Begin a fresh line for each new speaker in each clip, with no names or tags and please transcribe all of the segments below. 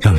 让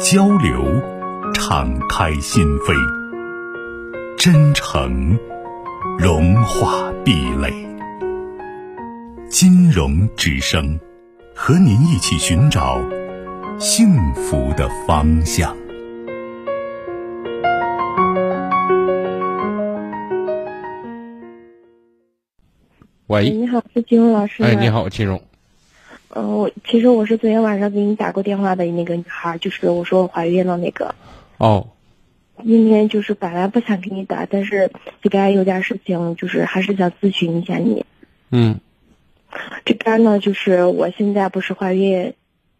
交流，敞开心扉，真诚融化壁垒。金融之声，和您一起寻找幸福的方向。
喂，
哎你好，是金荣老师吗？
哎，你。好，金荣。
嗯、我其实我是昨天晚上给你打过电话的那个女孩，就是我说我怀孕了那个。
哦，
今天就是本来不想给你打，但是这边有点事情，就是还是想咨询一下你。
嗯
这边呢，就是我现在不是怀孕，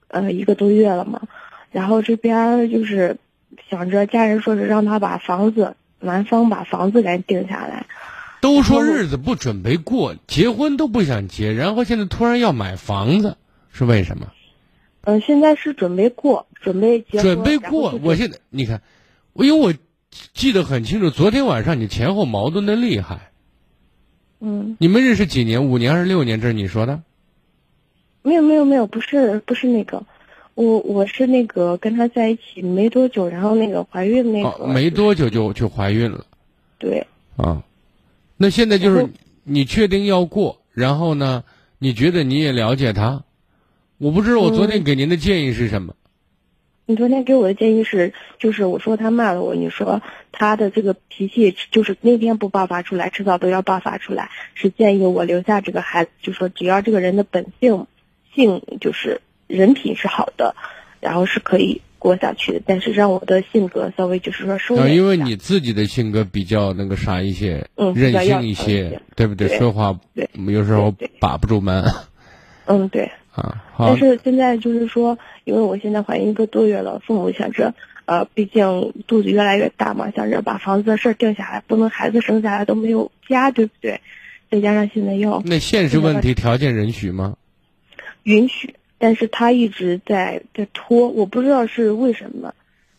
呃，一个多月了嘛，然后这边就是想着家人说是让他把房子，男方把房子给定下来。
都说日子不准备过，结婚都不想结，然后现在突然要买房子，是为什么？
嗯、现在是准备过，准备结婚。
准备
然后
过
就，是
我现在你看，我因为我记得很清楚，昨天晚上你前后矛盾的厉害。
嗯，
你们认识几年？五年还是六年？这是你说的？
没有没有没有，不是不是那个，我我是那个跟他在一起没多久，然后那个怀孕那个、
哦，没多久就就怀孕了
对，
啊。那现在就
然
是
后
你确定要过，然后呢，你觉得你也了解他？我不知道我昨
嗯
天给您的建议是什么。
你昨天给我的建议是，就是我说他骂了我，你说他的这个脾气就是那天不爆发出来，迟早都要爆发出来，是建议我留下这个孩子，就说只要这个人的本性性就是人品是好的，然后是可以过下去的，但是让我的性格稍微就是说收敛一
啊，
下。
因为你自己的性格比较那个啥一些，
嗯比较
任
要
性一
强一
些
些，
对不对？
对
说话
对
有时候
对对
把不住门
嗯对。
啊。好
但，是现在就是说，因为我现在怀孕一个多月了，父母想着，呃，毕竟肚子越来越大嘛，想着把房子的事儿定下来，不能孩子生下来都没有家，对不对？再加上现在要
那现实问题条件允许吗？
允许，但是他一直在在拖，我不知道是为什么。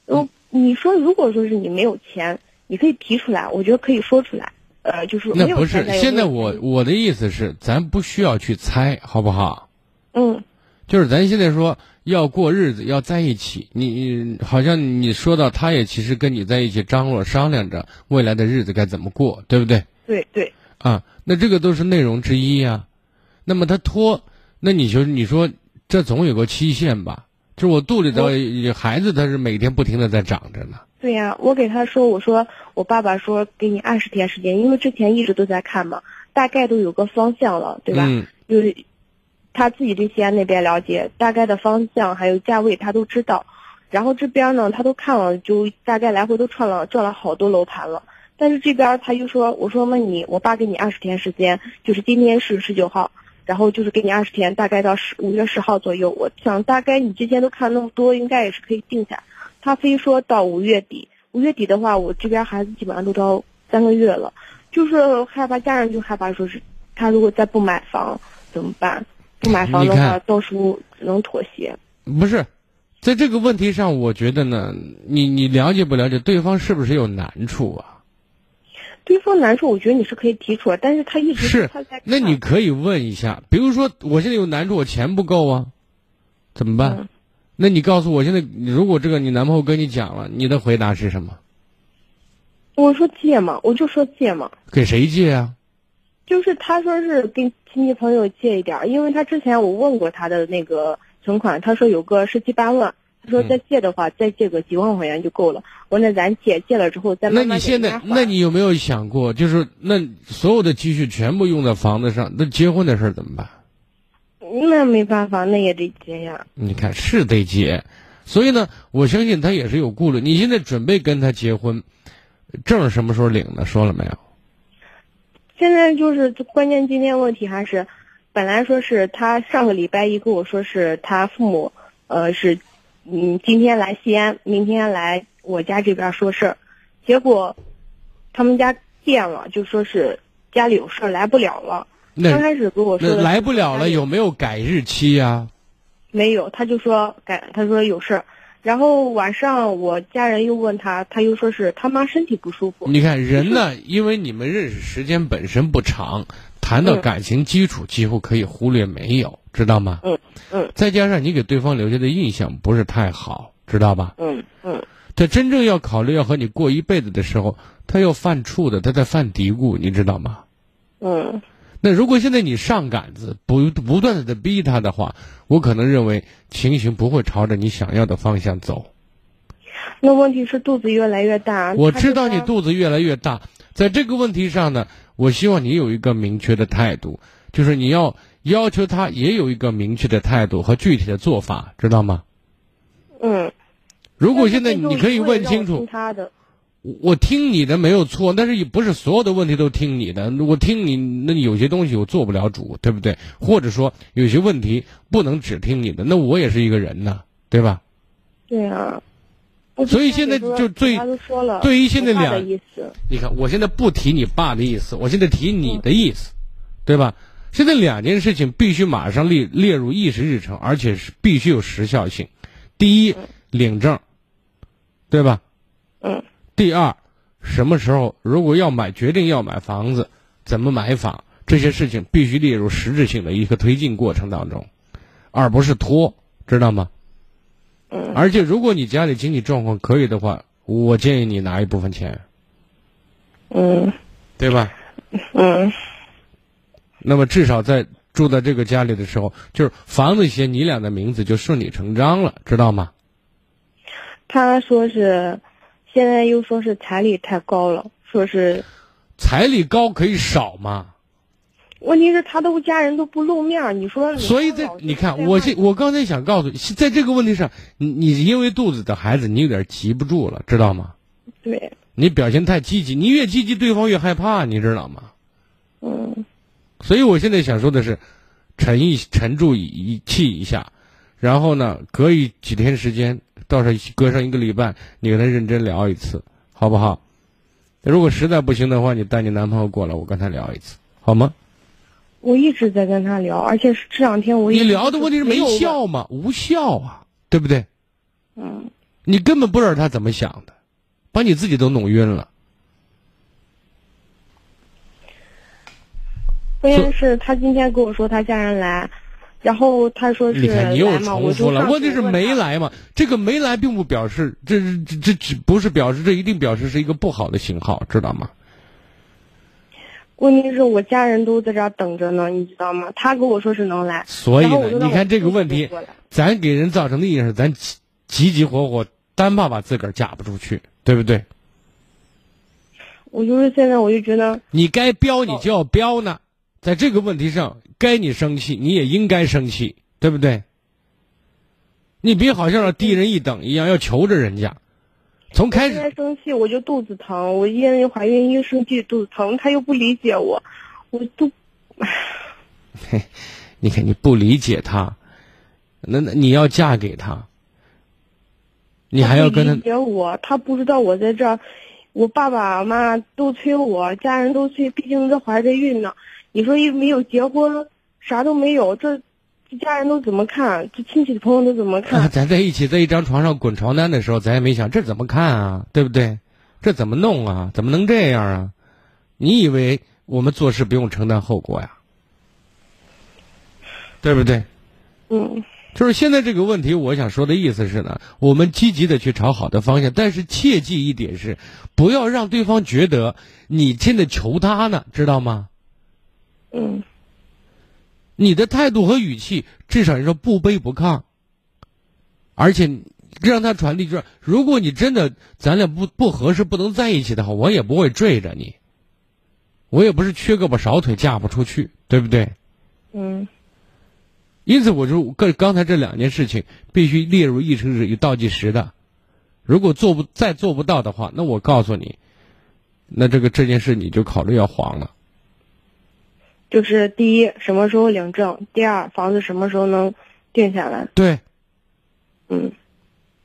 我你说，如果说是你没有钱，你可以提出来，我觉得可以说出来。呃，就是没
那
有
不
钱
是，
咱也
现在
没有
我我的意思是，咱不需要去猜，好不好？
嗯
就是咱现在说要过日子，要在一起，你你好像你说到他也其实跟你在一起张罗商量着未来的日子该怎么过，对不对？
对对
啊，那这个都是内容之一呀、那么他拖，那你就你说这总有个期限吧？就是我肚里
我
的孩子，他是每天不停的在长着呢。
对呀、我给他说，我说我爸爸说给你二十天时间，因为之前一直都在看嘛，大概都有个方向了，对吧？
嗯
就是他自己对西安那边了解，大概的方向还有价位他都知道。然后这边呢，他都看了，就大概来回都转了转了好多楼盘了。但是这边他又说，我说那你，我爸给你二十天时间，就是今天是十九号，然后就是给你二十天，大概到十五月十号左右。我想大概你之前都看那么多，应该也是可以定下。他非说到五月底，五月底的话，我这边孩子基本上都到三个月了，就是害怕家人就害怕说是他如果再不买房怎么办？不买房的
你
话
看，
到时候只能妥协。
不是，在这个问题上，我觉得呢，你你了解不了解对方是不是有难处啊？
对方难处，我觉得你是可以提出来，但是他一直
是
他在看，
那你可以问一下，比如说我现在有难处，我钱不够啊，怎么办？
嗯
那你告诉我，现在如果这个你男朋友跟你讲了，你的回答是什么？
我说借嘛，我就说借嘛，
给谁借啊？
就是他说是跟亲戚朋友借一点儿，因为他之前我问过他的那个存款，他说有个十七八万，他说
嗯
再借的话、再借个几万块钱就够了。我说那咱借，借了之后再
那
慢慢
你
给
现
人家
在，
还。
那你有没有想过，就是那所有的积蓄全部用在房子上，那结婚的事儿怎么办？
那没办法，那也得结呀。
你看是得结，所以呢，我相信他也是有顾虑。你现在准备跟他结婚，证儿什么时候领呢？说了没有？
现在就是关键，今天问题还是，本来说是他上个礼拜一跟我说是他父母，呃，是嗯，今天来西安，明天来我家这边说事儿，结果他们家变了，就说是家里有事儿来不了了。刚
那
开始跟我说
那
的
来不了
家
了，
里
有没有改日期呀、
没有，他就说改，他说有事儿。然后晚上我家人又问他，他又说是他妈身体不舒服。
你看人呢，因为你们认识时间本身不长，谈到
嗯
感情基础几乎可以忽略没有，知道吗？
嗯嗯
再加上你给对方留下的印象不是太好，知道吧？
嗯嗯
他真正要考虑要和你过一辈子的时候，他要犯怵的，他在犯嘀咕，你知道吗？
嗯
那如果现在你上杆子，不不断的在逼他的话，我可能认为情形不会朝着你想要的方向走。
那问题是肚子越来越大。
我
啊他
知
就
道你
说
肚子越来越大，在这个问题上呢，我希望你有一个明确的态度，就是你要要求他也有一个明确的态度和具体的做法，知道吗？
嗯。
如果
但是
现在
这就
你可以
一味
问
让
清
我
楚
听，他的，
我我听你的没有错，但是也不是所有的问题都听你的。我听你，那有些东西我做不了主，对不对？或者说有些问题不能只听你的，那我也是一个人呐，对吧？
对啊。我
所以现
听他
在
就说
就最
他都说了，
对于现在
不怕
两
的意思，
你看，我现在不提你爸的意思，我现在提你的意思，对吧？现在两件事情必须马上列列入议事日程，而且是必须有时效性。第一，领证，对吧？
嗯
第二，什么时候如果要买，决定要买房子，怎么买法，这些事情必须列入实质性的一个推进过程当中，而不是拖，知道吗？
嗯
而且，如果你家里经济状况可以的话，我建议你拿一部分钱，
嗯
对吧？
嗯
那么至少在住在这个家里的时候，就是房子写你俩的名字就顺理成章了，知道吗？
他说是，现在又说是彩礼太高了，说是
彩礼高可以少嘛？
问题是他都家人都不露面儿，你说你
所以
说
在
老是
你看，
电
我
话
现我刚才想告诉你，在这个问题上，你你因为肚子的孩子，你有点急不住了，知道吗？
对，
你表现太积极，你越积极，对方越害怕，你知道吗？
嗯
所以我现在想说的是，沉一沉住一一气一下，然后呢，隔一几天时间，到时候隔上一个礼拜，你跟他认真聊一次，好不好？如果实在不行的话，你带你男朋友过来，我跟他聊一次，好吗？，
我一直在跟他聊，而且是这两天我一
你
直
聊的问题是没
有问
效嘛，无效啊，对不对？
嗯
你根本不知道他怎么想的，把你自己都弄晕了。
关键是他今天跟我说他家人来，然后他说 是
你看，你又
来嘛，我
重
就
复了。
上
问题
去
是
问
没
他，
来嘛？这个没来并不表示这这这这不是表示这一定表示是一个不好的信号，知道吗？
问题是我家人都在这儿等着呢，你知道吗？他跟我说是能来，
所以
然后
呢
我就，让
你
我
看这个
父亲
问题
过来，
咱给人造成的印象是咱急急急火火，单怕把自个儿嫁不出去，对不对？
我就是现在我就觉得，
你该彪你就要彪呢，在这个问题上，该你生气你也应该生气，对不对？你别好像要低人一等一样，要求着人家。从开
现
始
在生气我就肚子疼，我因为怀孕一生气肚子疼，他又不理解我，我都
你看你不理解他，那那你要嫁给他，你还要跟
他
他
不理解我，他不知道我在这儿，我爸爸妈妈都催我，家人都催，毕竟这怀着孕呢。你说一没有结婚，啥都没有，这这家人都怎么看？这亲戚朋友都怎么
啊，
看？
咱在一起在一张床上滚床单的时候，咱也没想这怎么看啊，对不对？这怎么弄啊？怎么能这样啊？你以为我们做事不用承担后果呀？对不对？
嗯
就是现在这个问题，我想说的意思是呢，我们积极的去朝好的方向，但是切记一点是，不要让对方觉得你现在求他呢，知道吗？
嗯
你的态度和语气至少说不卑不亢，而且让他传递就是，如果你真的咱俩不不合适，不能在一起的话，我也不会追着你，我也不是缺胳膊少腿嫁不出去，对不对？
嗯
因此，我就刚刚才这两件事情必须列入议程日与倒计时的。如果做不再做不到的话，那我告诉你，那这个这件事你就考虑要黄了。
就是第一，什么时候领证；第二，房子什么时候能定下来？
对，
嗯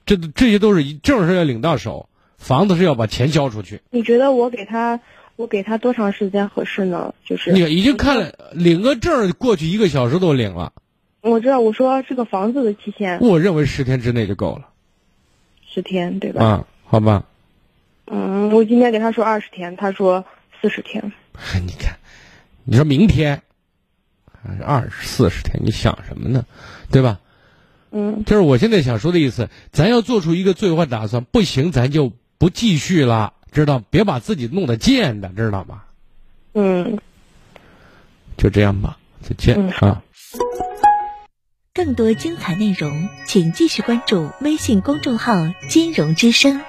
这这些都是一证是要领到手，房子是要把钱交出去。
你觉得我给他，我给他多长时间合适呢？就是
你已经看了，领个证儿过去一个小时都领了，
我知道，我说这个房子的期限
我认为十天之内就够了
十天，对吧？
啊，好吧？
嗯，我今天给他说二十天，他说四十天。
哎，你看，你说明天，二十四十天，你想什么呢？对吧？
嗯
就是我现在想说的意思，咱要做出一个最坏打算，不行咱就不继续了，知道？别把自己弄得贱的，知道吗？
嗯。
就这样吧，再见、
嗯
啊。
更多精彩内容，请继续关注微信公众号“金融之声”。